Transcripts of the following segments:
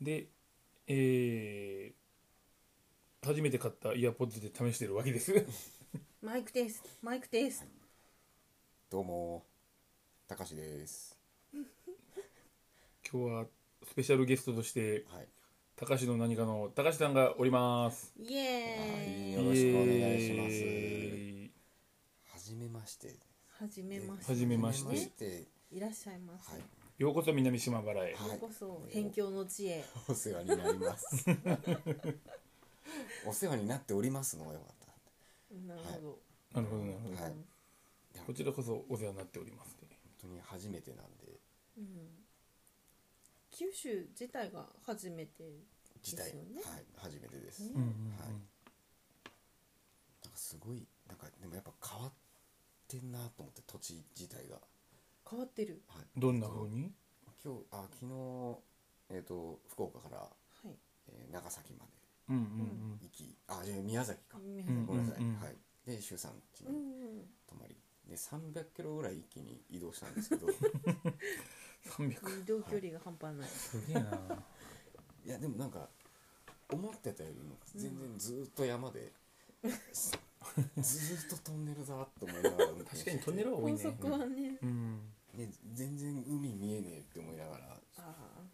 で、えー初めて買ったイヤーポッドで試してるわけ です。マイクですマイクですどうもたかしです今日はスペシャルゲストとして、はい、高橋の何かの高橋さんがおります。イエーイよろしくお願いしますしはじめましてはじめまはしじてめましてはじめていらっしゃいませ、はいます。ようこそ南島原へ。はい ようこそ辺境の知恵お世話になります お世話になっておりますのがよかっなるほど、なるほどなるほど。たはいいやこ本ちらこそお世話になっております、当に初めてなんでうん、九州自体が初めて自体、ですよねはい初めてです、ねなんうんうんはいかすごいなんかでもやっぱ変わってんなと思って土地自体が、変わってるはい、どんな風に？今日あ昨日えっ、と福岡から、はいえー長崎までうんうん行きあじゃあ宮崎か、宮うんごめんなさい、うんはいで周さん家うんに泊まりで300キロぐらい一気に移動したんですけど うん。300うん移動距離が半端ない、すげえな。いやでもなんか思ってたよりも全然ずーっと山で、 ずーっとトンネルだと思いながら運転確しかてにトンネルは多い高ね。速はね、うん。で全然海見えねえって思いながらああ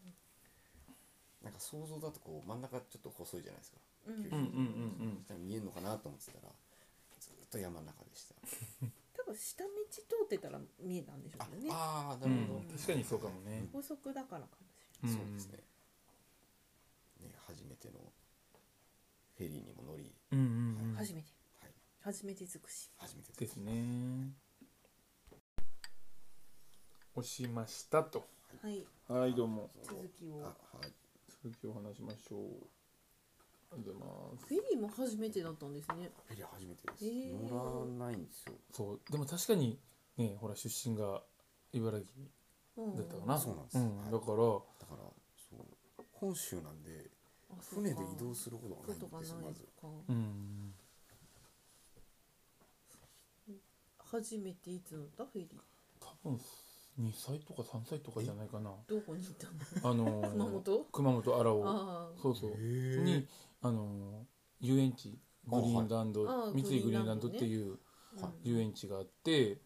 なんか想像だとこう真ん中ちょっと細いじゃないですかうん九州うんうんうんうんそしたら見えるのかなと思ってたらずーっと山の中でした、多分下道通ってたら見えたんでしょあうねあーうなるんほど、確かにそうかもね。高速だからかもしんそうですねね初めてのフェリーにも乗り、うんうんうれん。ない初めてはい、初めて尽くし初めてですね。押しましたと。はいはいどうも。続きをあはい続きを話しましょう。ありがとうございますフェ。リーも初めてだったんですねフェリー初めてです、えー乗らないんですよそうでも確かにねほら出身が茨城うんだったかな。うんそうなんですんはだかいら。だからそう本州なんであそうか船で移動することがないんことがですよないまかず、うん。初めていつ乗ったフェリー多分2歳とか3歳とかじゃないかなどこに行ったのあのー熊本熊本荒尾ああそうそうへえにあのー遊園地グリーンランド、あはいああ三井グリーンランドっグてリいうはうん遊園地があって、へ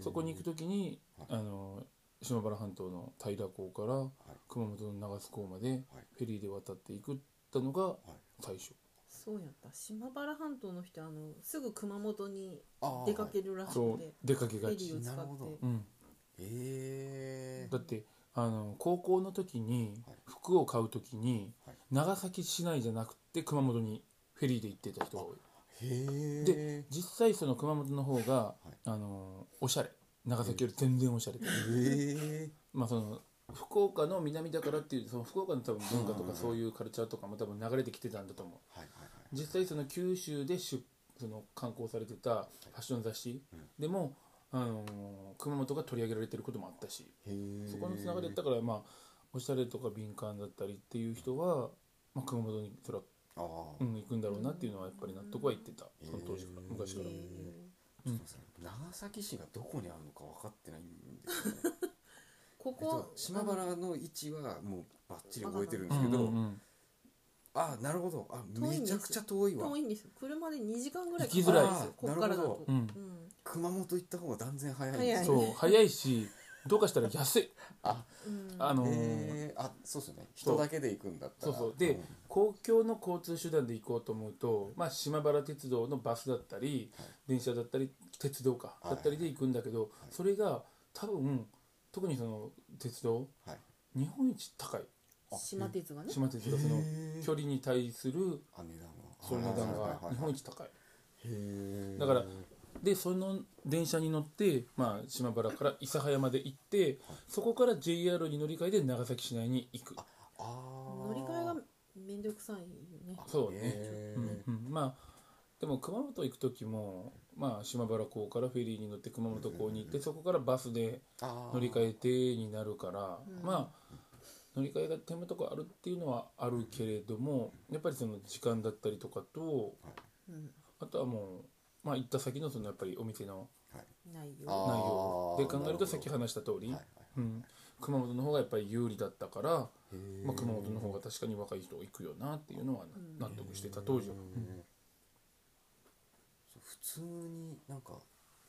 ーそこに行くときに、はいあのー島原半島の平港からい熊本の長須港まではいフェリーで渡っていくったのがはい最初、そうやった島原半島の人あのすぐ熊本にあー出かけはいるらしそくうて出かけフがェリちーを、使なるっほどてうん、えー、だってあの高校の時にはい服を買う時にはい長崎市内じゃなくて熊本にフェリーで行ってた人が多いへえで実際その熊本の方が、いあのおしゃれ長崎より全然おしゃれ、へえまあその福岡の南だからっていうその福岡の多分文化とうんうんうかんそういうカルチャーとかも多分流れてきてたんだと思うはいはいはい実際その九州で出その刊行されてたファッション雑誌でも、あの熊本が取り上げられてることもあったしへーそこのつながりだからまあおしゃれとか敏感だったりっていう人は、まあ、熊本にそら、ああ、うん、行くんだろうなっていうのはやっぱり納得は言ってたうんその当時からへー昔からへうんえちょっとすいません長崎市がどこにあるのか分かってないんですよねこえっとこ島あ原の位置はもうバッチリ覚えてるんですけうど、んうんうんあなるほどあ遠いめんですちよゃくちゃ遠いのわ遠いんですよ車で2時間ぐらい行きづらいかかるんですよこっからだと、なるほどうん熊本行った方が断然早いんで早すいよそう早いしどうかしたら安いあうんあのーへーあそうですよねそう人だけで行くんだっそたらうそうで、ん公共の交通手段で行こうと思うと、まあ、島原鉄道のバスだったり、はい電車だったり鉄道かはいだったりで行くんだけど、いそれが多分特にその鉄道はい日本一高いあ島鉄がね島鉄がそのへー距離に対するあ値段はそういう値段はいがはいはい日本一高いへーだからでその電車に乗って、まあ、島原から諫早まで行ってそこから JR に乗り換えで長崎市内に行くあ乗乗り換えがめんどくさいよねそうねへーうんうんまあでも熊本行く時も、まあ、島原港からフェリーに乗って熊本港に行ってそこからバスであ乗り換えてになるからうんまあ乗り換えが手間とかあるっていうのはあるけれどもやっぱりその時間だったりとかとうんあとはもう、まあ、行った先のそのやっぱりお店のえはいないよあ内ー容で考えるとなるほどさっき話した通り、はいはいうん、熊本の方がやっぱり有利だったから、へえまあ、熊本の方が確かに若い人行くよなっていうのはなうん納得してた当時は、うんそう普通になんか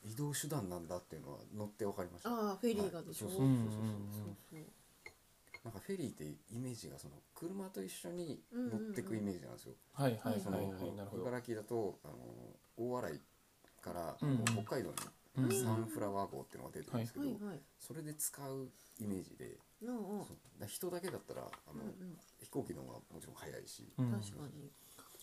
移動手段なんだっていうのは乗って分かりましたああフェリーがでしょ、はいそそそううそうううんそうなんかフェリーってイメージがその車と一緒に乗ってくイメージなんですよ、はいはいはいそのはいなるほど、茨城だとあの大洗からうんうん北海道うんにサンフラワー号っていうのが出てるんですけど、はいはいそれで使うイメージで、なあそうだから人だけだったらあうの、ん飛行機の方がもちろん早いし、ううんん確かに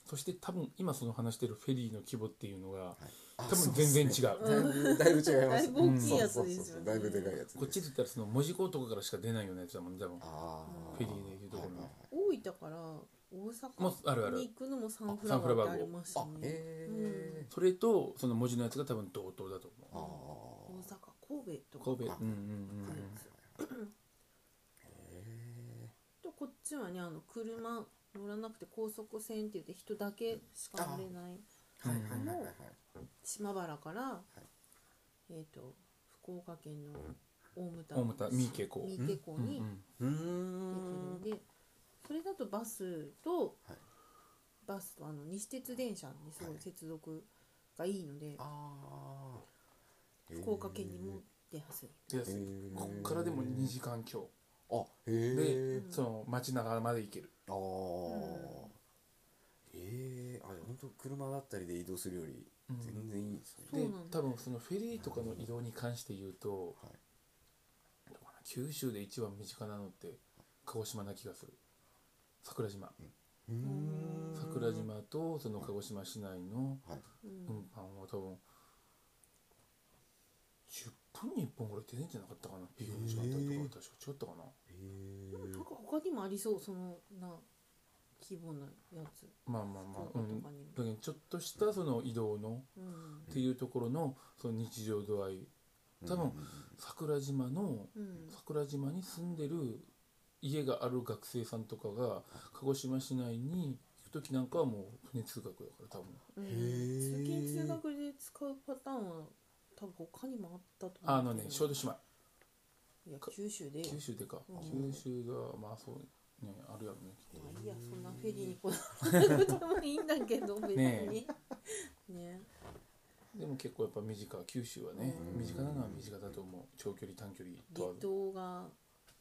そして多分今その話してるフェリーの規模っていうのがはいあ多そ分うっす全ね然違うだ いぶだいぶ違います、だいぶ大きいやつですよねそうそうそうだいぶでかいやつでこっちで言ったらその門司港とかからしか出ないようなやつだもんね多分あーフェリーでいうところのはいはい大分から大もうあるあ阪るに行くのもサンフラワーってありましたはいあねへうえそれとその文字のやつが多分同等だとあ思大阪ー神戸とうか神戸あうんうんうんうんはいはいはいへとこっちはねあの車乗らなくて高速線って言って人だけしか乗れないーはいはいはいはいはい島原から、いえっ、と福岡県の大牟田大牟田三池港三池港うんうにんう出てーるんんで、それだとバスと、はいバスとあの西鉄電車にすごいはい接続がいいので、あーへー福岡県にも出やすい、でこっからでも2時間強あへえでうんその街中まで行けるああへえあ本当車だったりで移動するよりうん全然いいですねそうでなんだ多分そのフェリーとかの移動に関して言うとはい九州で一番身近なのって鹿児島な気がする桜島うーん桜島とその鹿児島市内のはいうん運搬は多分10分に1本ぐらい出てんじゃなかったかなピークの時間帯とかは確か違ったかなへえでもなんか他にもありそうそのな規模なやつまあまあまあ福う岡とんかにも、だけどちょっとしたその移動のうんっていうところのその日常度合い多分桜島のうん桜島に住んでる家がある学生さんとかが鹿児島市内に行く時なんかはもう船通学だから多分うんへ通ー勤通学で使うパターンは多分他にもあったとあ思のうねけど小豆島いや九州で九州でかう九ん州がまあそうねあるやろねきっとまあいいやそんなフェリーにこだわらなくてもいいんだけど別にねねねでも結構やっぱ身近九州はねうん身近なのは身近だと思う長距離短距離と離は島が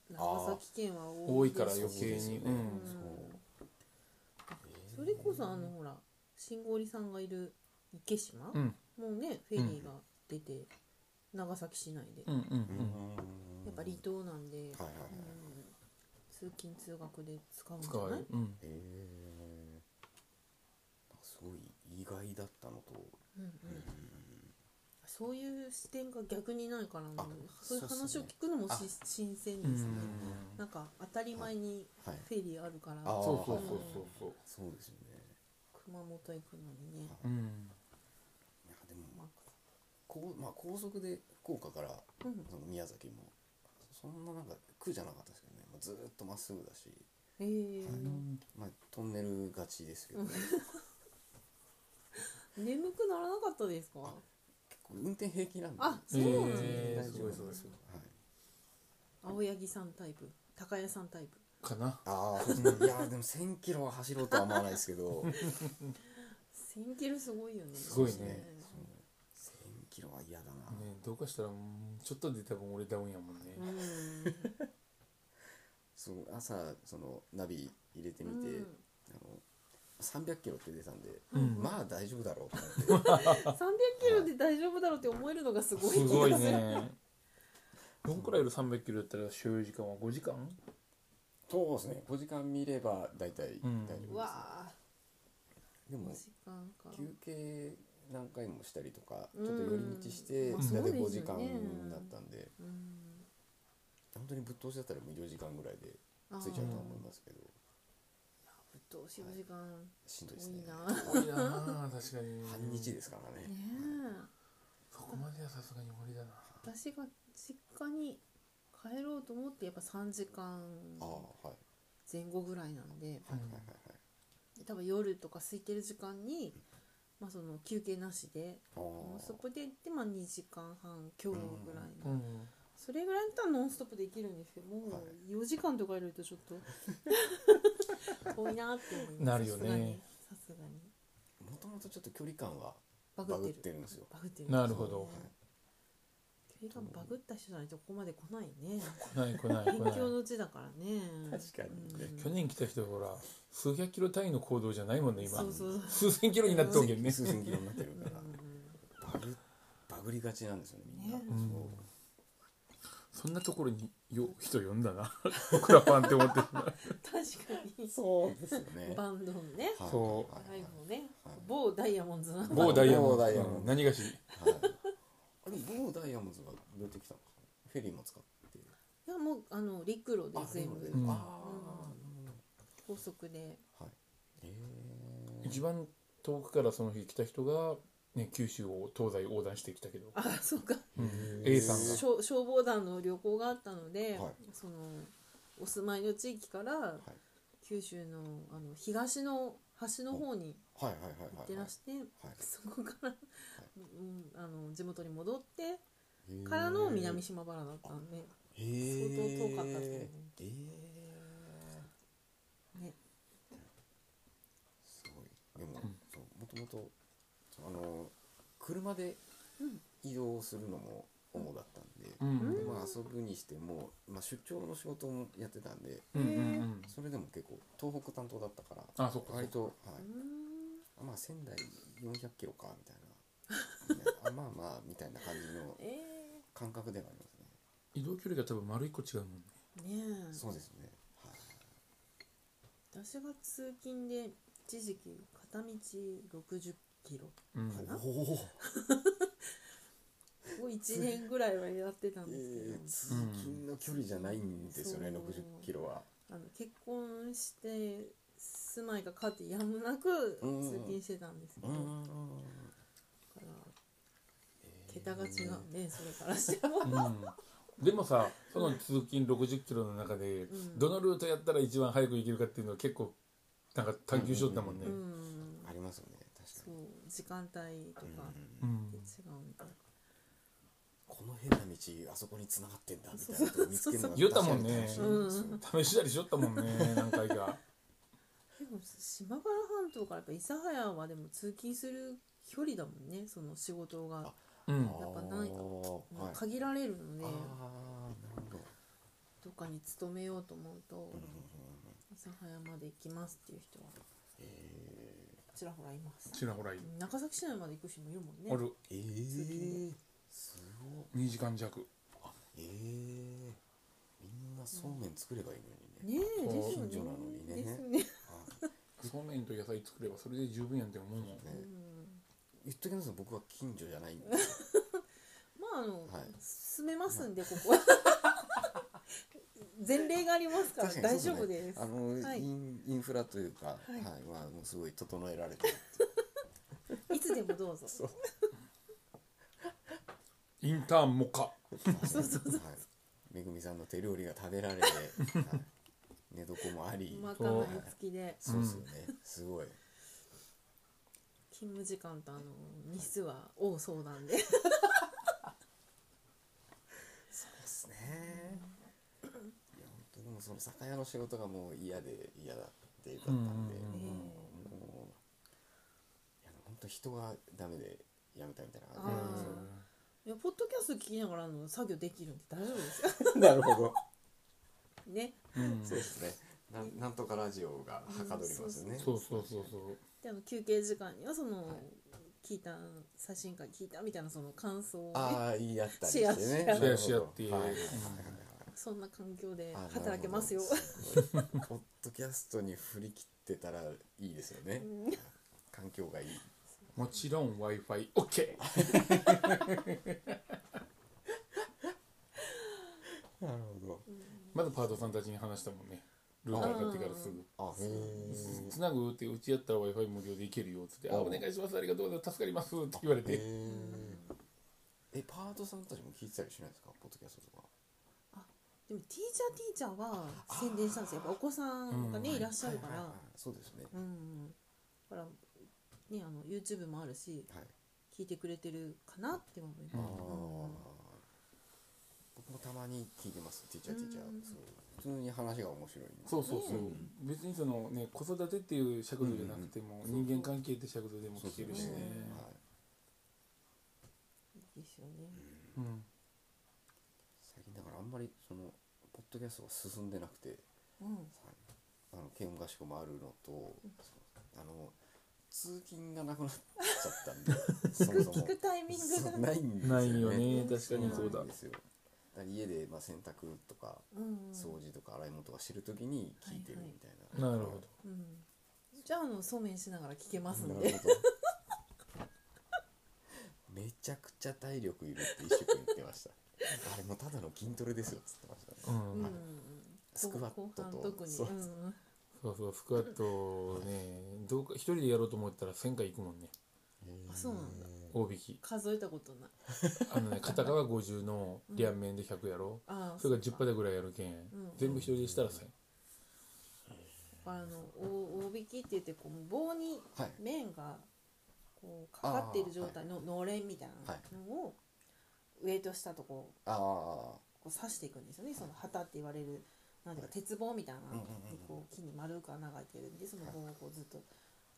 長崎県は多多いいでからすし余計にううんんそれこそあのほら新郷里さんがいる池島、うんもうねフェリーが出て、長崎市内で、うんうんうんやっぱ離島なんで、はいはいはいうん通勤通学で使うんじ使ゃわなれいるうんへえすごい意外だったのとうんうんそういう視点が逆にないからねあそういうそうっ話すをね聞くのもし新鮮うですね、んなんか当たり前にはいフェリーあるから、あーそうそうそうそうそうそうですよね熊本行くのにね、うんいやでもまあこうまあ高速で福岡からうん、その宮崎もそんななんか苦じゃなかったですけどね、まあ、ずーっとまっすぐだし、えーうんまあ、トンネル勝ちですけど、ね、眠くならなかったですか結構運転平気なんであそうなんですねえー大丈夫なんですよ、はい、青柳さんタイプ高谷さんタイプかなああそうですねいやーでも1000キロは走ろうとは思わないです けど1000キロすごいよねすごいねそう1000キロは嫌だな、ねどうかしたらうんちょっとで多分俺ダウンやもんねうんそう朝そのナビ入れてみて、あの300キロって出たんで、うんまあ大丈夫だろうと思 って300キロで大丈夫だろうって思えるのがすごいすごいね どんくらいいる300キロだったら所要時間は5時間そうですね5時間見れば大体大う丈夫んです、うわでー5も時間か休憩何回もしたりとかうんちょっと寄り道してま大あそう体ですよね5時間だったんでうん本当にぶっ通しだったらもう4時間ぐらいであー着いちゃうとは思いますけどぶっ通しの時間しんどいです遠ねいなね多いなあ確かに半日ですからねえそこまではさすがに無理だな私が実家に帰ろうと思ってやっぱ3時間ああはい前後ぐらいなんではいはいうんはいはい多分夜とか空いてる時間に、まあ、その休憩なしであーもうそこで行ってまあ2時間半今日ぐらいのうんそれぐらいだったらノンストップできるんですけどもはう4時間とかやるとちょっ と遠いなって思いますなるよねさすがにさすがにもともとちょっと距離感はババググっっててるるんです よバグってるなるほどはい距離感バグった人じゃないとここまで来ないね来ない来ない来勉ない強のうちだからね確かにねうん去年来た人ほら数百キロ単位の行動じゃないもんね今そうそうそう数千キロになっておけんね数千キロになってるからうバグバグりがちなんですよねみんな、ねうんそうそんなところによ人呼んだな 僕らファンって思ってるなん確かにそうですよね。バンドのねはいそうはいライブをねはい某ダイヤモンドの 某ダイヤモン某ドダイヤモンドうん何がしはいあれ、某ダイヤモンズはどうやって来たんですかフェリーも使って。いやもうあの陸路であ、全フェリ部ーうもんであ高速で ー、はい。えー一番遠くからその日来た人が、ね、九州を東西横断してきたけど、あそうかうん、A さんが消消防団の旅行があったので、はいそのお住まいの地域から九州のあの東の端の方にはいはいはいはいはい。行ってらして、はいそこから、うん、あの地元に戻ってへーからの南島原だったんで、へー相当遠かったですねえーね、すごい。でもん、そう、もともと、あの、車でうん移動するのも主だったんで、うんうんでまあ、遊ぶにしても、まあ、出張の仕事もやってたんでうんうんうんそれでも結構東北担当だったからあそっか割と、はういーんまあ、仙台400キロかみ たいないやあまあまあみたいな感じのえ感覚ではありますね移動距離が多分丸一個違うもんねー、ねえそうですねはい私が通勤で一時期片道60キロうんおおを1年ぐらいはやってたんですけど、えー通勤の距離じゃないんですよね、うん60キロはあの結婚して住まいが変わってやむなくうん通勤してたんですけど、だから桁が違うね、それからしてもうんでもさその通勤60キロの中でんどのルートやったら一番早く行けるかっていうのは結構なんか探求しとったもんねう、んありますよね確かそにう時間帯とうんかうで違ん、うんだ、この変な道あそこに繋がってんだみたいなとこ見つけるのが言ったもんね確かに楽しいですよ試したりしとうったもんね何回かでも島原半島からやっぱ諫早はでも通勤する距離だもんねその仕事がうんやっぱないあーまはあい限られるので、あーなるほどどっかに勤めようと思うとうんうんうんうん諫早まで行きますっていう人はえちらほらいますちらほらいる中崎市内まで行く人もいるもんねあるー、え勤ー、すごっ2時間弱あえー、みんなそうめん作ればいいのにねね、えですよ近ね所なのにねですよね、あそうめんと野菜作ればそれで十分やんって思うもんうねん、言っときますよ僕は近所じゃないんですまああの、はい進めますんでここは 前例がありますから確か 大にそ丈う夫ねです、あの、はいインインフラというか、はいいまあ、もうすごい整えられてるいつでもどうぞそうインターンもかそうそうそうはい、めぐみさんの手料理が食べられて、はい、寝床もあり、まかない付きでそうですよね、すごい勤務時間とあの日数は多そうなんでですね。いや本当にもうその酒屋の仕事がもう嫌で嫌だっていうかだったんで、うんうんうんもういや本当人がダメで辞めたみたいなうあん感ーいやポッドキャスト聞きながらあの作業できるんで大丈夫ですよ じ で。なるほど。ねうんそうですね。なんなんとかラジオがはかどりますね。そうそうそうそうであの休憩時間にはその、はい聞いた最新回聞いたみたいなその感想をね、ああ言い合ったりしてね。 シェアシェアし合ってなるほどはいはいそんな環境ではいはい。働けますよあ。なるほどすごいポッドキャストに振り切ってたらいいですよね。環境がいい。もちろん w i f i o k なるほど。まだパートさんたちに話したもんねルーター買ってからすぐあへえ。つなぐってうちやったら w i f i 無料でいけるよっつって「あお願いしますありがとうございます助かります」って言われへてええパートさんたちも聞いてたりしないですかポッドキャストとか でもティーチャーティーチャーは宣伝したんですよ。やっぱお子さんがね、うんいらっしゃるかはいらはい、はいそうですねうん、だからねあの YouTube もあるしはい聞いてくれてるかなって思いああます。僕もたまに聞いてますティーチャーティーチャーうんそう普通に話が面白いんでそうそうそう、ね別にそのね子育てっていう尺度じゃなくても、うんうん人間関係って尺度でも聞けるしねそうそうはいいですよね。うん最近だからあんまりそのポッドキャストが進んでなくて、うん。はい、あの県合宿もあるのとあの通勤がなくなっちゃったん でそもそ聞もくタイミンそグうが。ないんですよなねいよね確かそうになそうんだですよだから家でまあ洗濯とかうん。掃除とか洗い物とかしてるときに聞いてるみたいな、なるほうん。じゃああのそうめんしながら聞けますんなで。るほどめちゃくちゃ体力いるって一週間言ってましたあれもうただの筋トレですよっつってましたねど、うんうんうん。スクワットと後半特に。そううんうん。そうそうスクワットをねどうか一人でやろうと思ったら1000回いくもんねあそうなんだ大引き数えたことない。あ のね片側50の両面で100やろ、ああ。それがっ10かパタぐらいやるけん、全部一人でしたら1000あのお大引きって言ってこう棒にはい面がこうかかっている状態ののれんみたいはいなのをウエイトしたとこああこう刺していくんですよねその旗って言われるなんていうか鉄棒みたいなのにこう木に丸く穴が開いてるんでその棒をこうずっと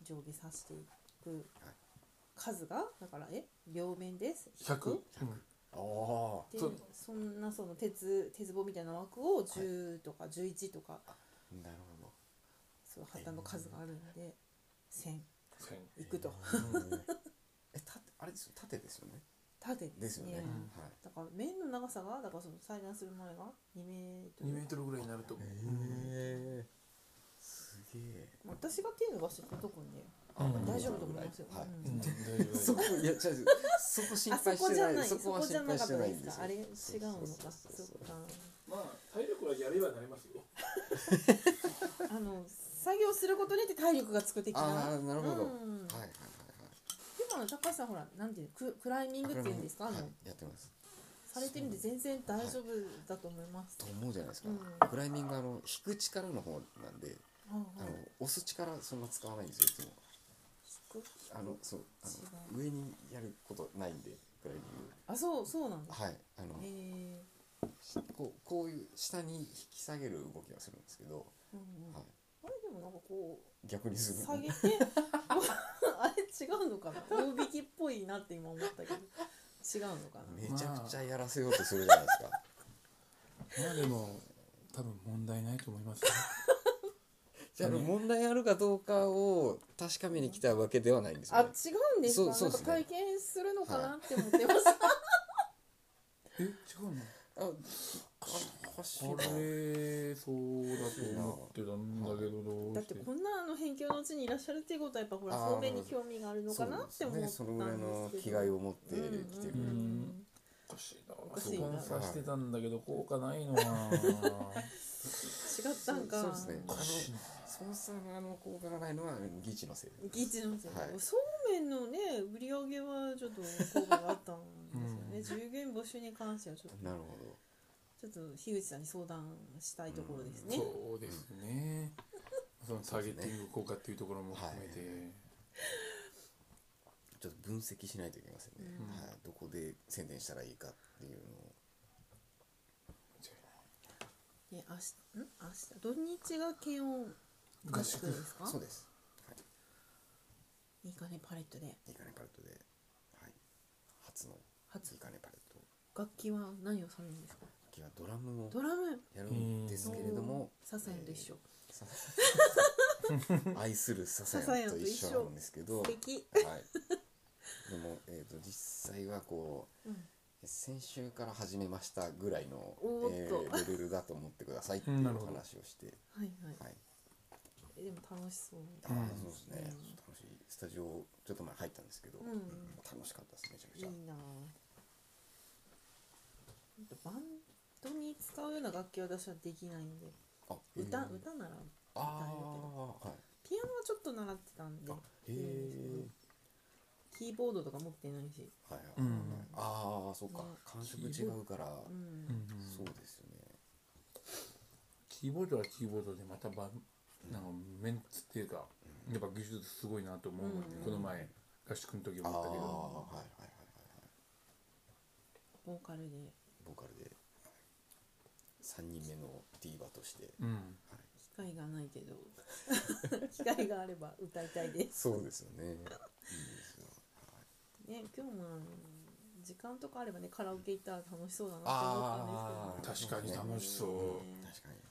上下刺していくはい数がだからえ両面です100、ああでそうそんなその鉄鉄棒みたいな枠を10とか11とかなるほどその旗の数があるんで1000 1000いくとえたあれですよ縦ですよね縦ですよね、ええうんはいだから面の長さがだからその裁断する前が2メートル2メートルぐらいになると思う、うんえすげえ私が手伸ばしてたとこにねあうん大丈夫と思いますよ、はい、うん大丈夫大丈夫そこいや違うそこ心あそ配しこてじゃなないいそこはじゃ心な配かしったてないでんすでかすあれ違うのかそうそそううそうか まあ体力はやればなりますよあの作業することによって体力がつく的なああなうるほど、はん、いはいはいはいでもあの高橋さんほらなんていうのククライミングっていうんですかあはいの、やってますされてるんで全然大丈夫だと思います、と思うじゃないですか、うんクライミングあの引く力の方なんではいあの押す力そんな使わないんですよいつもあのそうあの上にやることないんでクライミングあそうそうなんだはいあのへえこうこういう下に引き下げる動きはするんですけど、うんうんはい、あれでもなんかこう逆にする下げて あれ違うのかな大引きっぽいなって今思ったけど違うのかなめちゃくちゃやらせようとするじゃないですか、まあでも多分問題ないと思いますよ じゃああの問題あるかどうかを確かめに来たわけではないんですあよ、ね、違うんですかそうそうなでんすかね体験するのかなって思 ってました、 え違うのああこれそうだと思ってたんだけどどうだっしててこんなあの辺境のうちにいらっしゃるっていうことはやっぱほらあーそうめんに興味があるのかなって思ったんですそけのどぐらいの気概を持ってうんうん来てる、うんおかしいなおかしいなそこに刺してたんだけど効果ないの なお違ったんかそうそうですねかしいな孫さんがあの効果がないのはギチのせいでギチなんですよ、はいそうめんのね売り上げはちょっと効果があったんですよね、従業員募集に関してはちょっとなるほちょっと樋口さんに相談したいところですね、そうですねそのターゲティング効果っていうところも含めて、どちょっと分析しないといけませんね、うんはい、どこで宣伝したらいいかっていうのをで明日ん明日土日が検温合合宿宿ですかそうです、はい、いいかねパレットでいいかねパレットで、はい、初の初いいかねパレット楽器は何をされるんですか今はドラムをドラムやるんですけれどもササヤンと一緒、えーさ 愛するササヤンと一緒なんですけ素ど、はい、敵、でも、えー、と実際はこううん、先週から始めましたぐらいの、おーえっとーレベルだと思ってくださいっていううんおなるほど話をして、はいはい、はい、えでも楽しそうあうんーそうですね、うん楽しいスタジオちょっと前入ったんですけど、うん楽しかったですめちゃくいいちゃ。なぁほんとバンドに使うような楽器は私はできないんであ歌,、えー歌ならあーはいピアノはちょっと習ってたんであへいいんですけどえキーボードとか持ってないし、はいはい、うんああそうか、ね感触違うから、ううんんうんそうですよねキーボードはキーボードでまたばなんかメンツっていうかやっぱ技術すごいなと思うのに、うんこの前合宿の時あもあー思ったはいはけいはいどはいはいボーカルでボーカルで3人目のディーバとして、うんはい、機会がないけど 機会があれば歌いたいですそうですよねいいですよ、はい、ね今日もあの時間とかあればねカラオケ行ったら楽しそうだなって思あったんあです確かに楽しそうん確かにけど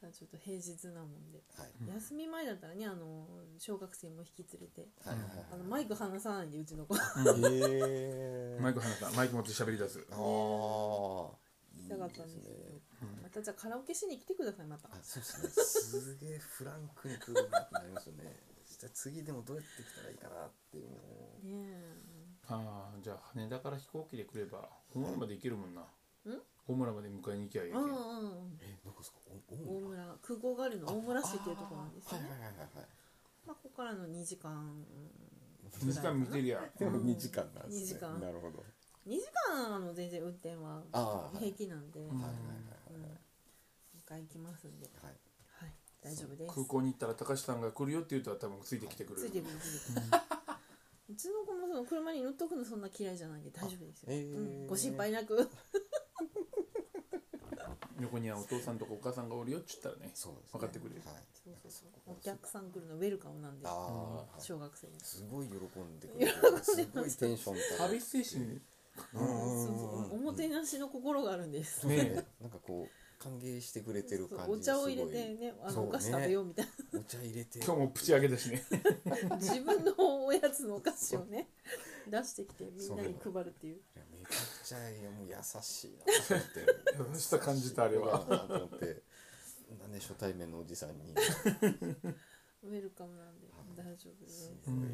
ただちょっと平日なもんではい、休み前だったらねあの小学生も引き連れてはいはいあのマイク離さないでうちの子だうはいへえマイク離さんマイク持って喋り出すああいいかったでんすですけどねまたじゃあカラオケしに来てくださいまたあそうですねすげえフランクに来るなってなりますよねじゃあ次でもどうやって来たらいいかなっていうのをねああじゃあ羽田から飛行機で来ればホームランまで行けるもんなんホームランまで迎えに行きゃいいえけうんんうんえなんかですかお大お村空港があるの大村市っていうところなんですよねはいはいはいはいはいまあここからの2時間2時間見てりゃでも2時間なんですね二時間なるほど2時間あの全然運転はああはい平気なんで、んはいはいうん、はいもう一回行きますんで、はいはいはい、大丈夫です。空港に行ったら高橋さんが来るよって言うと多分ついてきてくれついるてくる、ついてくる。うちの子もその車に乗っとくのそんな嫌いじゃないんで大丈夫ですよ。あへーうん、ご心配なく。横にはお父さんとかお母さんがおるよって言ったらねそうですね分かってくれるはいそうそうそうお客さん来るのウェルカムなんであ、あはい小学生に。すごい喜んでくれてるすごいテンションサ高ービいス精神うんうんそううんうんそう、おもてなしの心があるんです。ねえ なんかこう歓迎してくれてるそう感じお茶を入れすてね、あのそうねお菓子食べようみた いごいお茶入れて 今日もプチ上げだしねな、自分のおやつのお菓子をね、出してきてみんなに配るっていう。いやめちゃくちゃいやもう優しいなと思っ て優しさ感じたあれは優しいなと思ってなんで初対面のおじさんにウェルカムなんで大丈夫です。すごい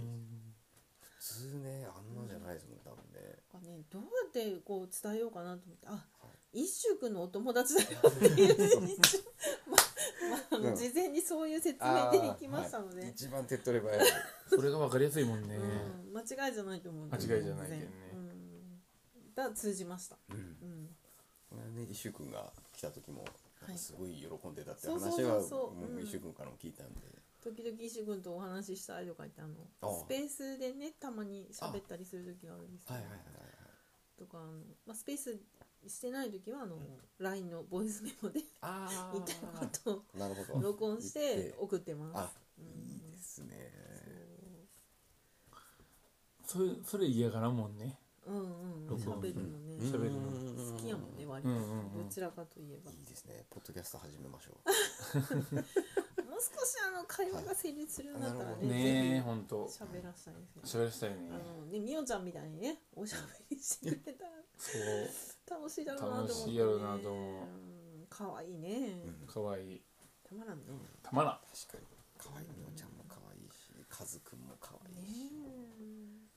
普通ねあんなじゃないですもん多分ねなんかね、どうやってこう伝えようかなと思ってあ一周君のお友達だよっていうふうにままああのうん事前にそういう説明でいきましたので、はい一番手っ取り早いそれが分かりやすいもんねうん、間違いじゃないと思うんで間違いじゃないけどねうん、だから通じました、うんうん、これはね、石くんが来た時もなんはかいすごい喜んでたってそうそう話そうはそうもううん石くんからも聞いたんで、時々一周君とお話ししたいとか言ってあのああスペースでねたまに喋ったりする時があるんですけど、はいはいはいとかあの、まあ、スペースしてない時はあの LINE のボイスメモであ言いたいことをあなるほど録音し言ってて送ってますあうんいいですねそれそれ嫌がらんもんねうんうんうん録音喋るのね、喋るの好きやもんね割うと、んうんうんどちらかといえばいいですねポッドキャスト始めましょもう少しあの会話が成立するようになったらはいねねえぜほんとひ喋らせたいですね喋らせたいねあのねみおちゃんみたいにねおしゃべりしてくれたらそう楽しいだろうなと思って、ね、楽しいやろうなと思うん可愛いね、 う、うん、かわいいたまらんねたまらん確かに可愛いみおちゃんも可愛いしカズくんも可愛いねし、え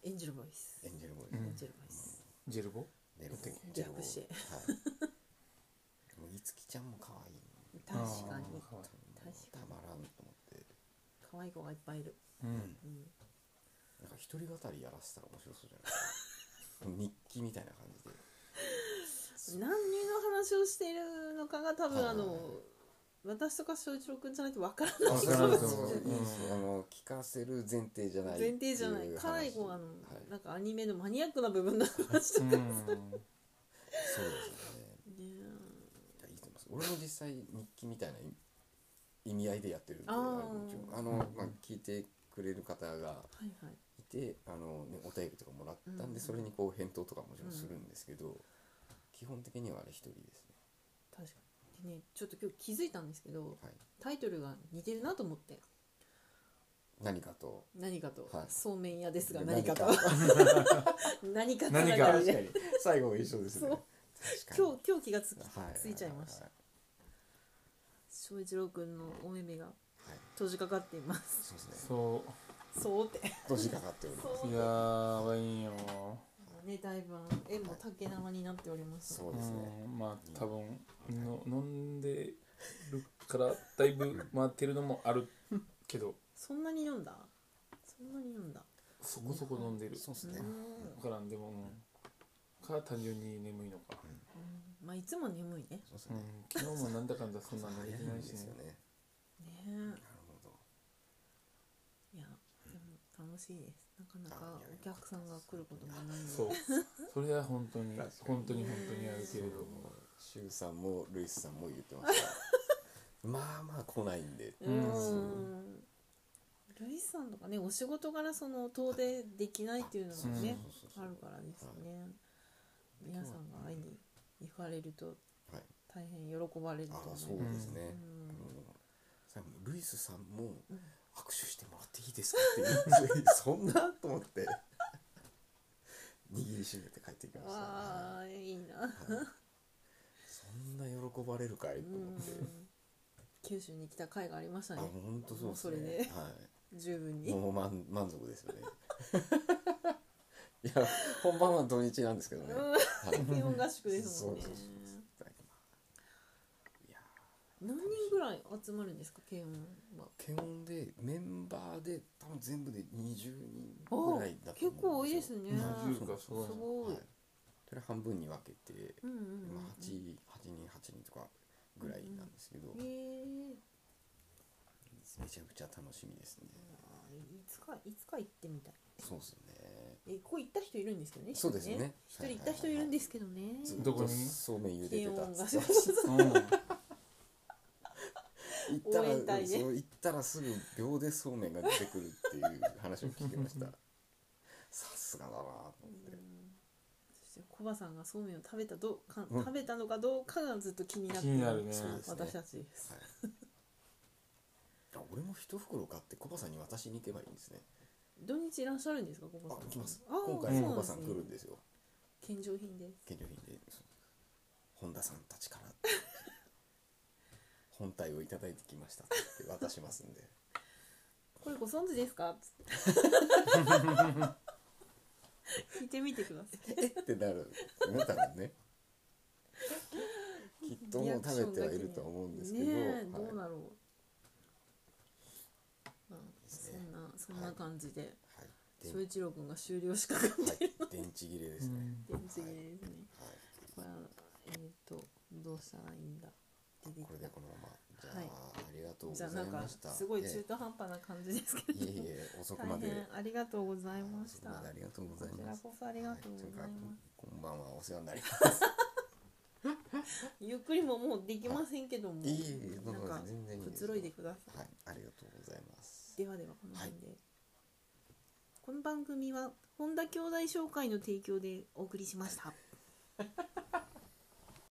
エンジェルボイスエンジェルボーイうエんンジェルボイスジェルボネルボージャンプしてはいでもいつきちゃんも可愛い確かにあーかわいい確かたにまらんと思って可愛い子がいっぱいいる、うんうん、なんか一人語りやらせたら面白そうじゃないです か日記みたいな感じで何の話をしているのかが多はい分はいあの、私とか翔一郎君じゃないとわからわないからんとそ思うういいですねあうんの聞かせる前提じゃない前提じゃないってう話かなりこうあの、はいなんかアニメのマニアックな部分の話とうか、んそうですよねねいやいいと思います俺も実際日記みたいな意意味合いでやってるんであーあのもちろんあの、まあ、聞いてくれる方がはいはいいてあの、ね、お便りとかもらったんで、うんうんそれにこう返答とかもちろんするんですけど、基本的にはあれ一人ですね確かにでねちょっと今日気づいたんですけどはいタイトルが似てるなと思って何かと何かと、はいそうめん屋ですがで何かと何かと 何かだら確かねに最後が一緒ですねそう確か今に日今日気がつきはいついちゃいましたは翔一郎君のお目目がい、はい、閉じかかっていますそうですねそそうって年がかかっておりますういやーワインよねだいぶあの縁も竹縄になっておりますそううですね、んまあ多分の飲んでるからだいぶ回ってるのもあるけどそんなに飲んだそんなに飲んだそこそこ飲んでるそうですうね、ん分からんでもうんか単純に眠いのかまあいつも眠いねそうですうね、ん昨日もなんだかんだそんな寝早れいてなんいでしすよねねねなるほどえいやでも楽しいですなかなあかいやお客さんが来ることもないのでそうそれは本当に確かに本当に本当にあるけれどもうシュウさんもルイスさんも言って ましたまあまあ来ないんでうーんルイスさんとかねお仕事柄その遠出できないっていうのがねそうそうそうそうあるからですね皆さんが会いに行かれるとはい大変喜ばれるとあ思いあますそうですね、うんうん最後にルイスさんもうん握手してもらっていいですかっ て言うんですよそんなと思って握りしめて帰ってきました、ああいいなはいそんな喜ばれるかいうと思って、ん九州に来た甲斐がありましたあね本当そうですもうねは十分いにもう満満足ですよねいや本番は土日なんですけどね、うんはい日本合宿ですもんねそうそうそうそういや何人ぐらい集まるんですか軽音は検温でメンバーで多分全部で20人おぐらいだと結構思多うんいでですすよねうんすそうかすごいなごいはい、それ半分に分けて、うんうんうんまうんあ、8, 8人8人とかぐらいなんですけど、へえめちゃくちゃ楽しみですね、あーいつかいつか行ってみたいそうですねえここ行った人いるんですけどねそうですね一人ね一人行った人いるんですけどね、ずいっどことにそうめん茹でて軽た音っがつそっうてそうそううん行ったら応援隊ねそう行ったらすぐ秒でそうめんが出てくるっていう話を聞き ましたさすがだなと思って、そしてコバさんがそうめんを食べたどうかうん食べたのかどうかがずっと気になって気になるねそうですね私たちです、はい、あ俺も一袋買ってコバさんに渡しに行けばいいんですね土日いらっしゃるんですかコあバさん来ますあー今回そうコなんバですさんね来るんですよ献上品です献上品で本田さんたちから 本体をいただいてきましたって渡しますんでこれご存知ですかつって 聞いてみてくださいえってなるな多分ね きっともう食べてはいるとは思うんですけど、ねえはいどうだろう、まあ、ですそねんなそんな感じではいで翔一郎君が終了しかかってはい電池切れですね、電池切れですね、はいこれはえっ、とどうしたらいいんだ出てきたこれでこのままじゃあ、はいありがとうごじざゃいあなんかましたすごいええ中途半端な感じですけれいどえいも、え遅くま大で変ありがとうございまし遅くたまでありがとうございこちまらすこそありがとうございはまとすに、かくこんばんはお世話になりますゆっくりももうできませんけども、いえいえどなうんぞか全然いいくですつろいでくださいはいありがとうございますではではこの辺で、この番組は本田兄弟紹介の提供でお送りしました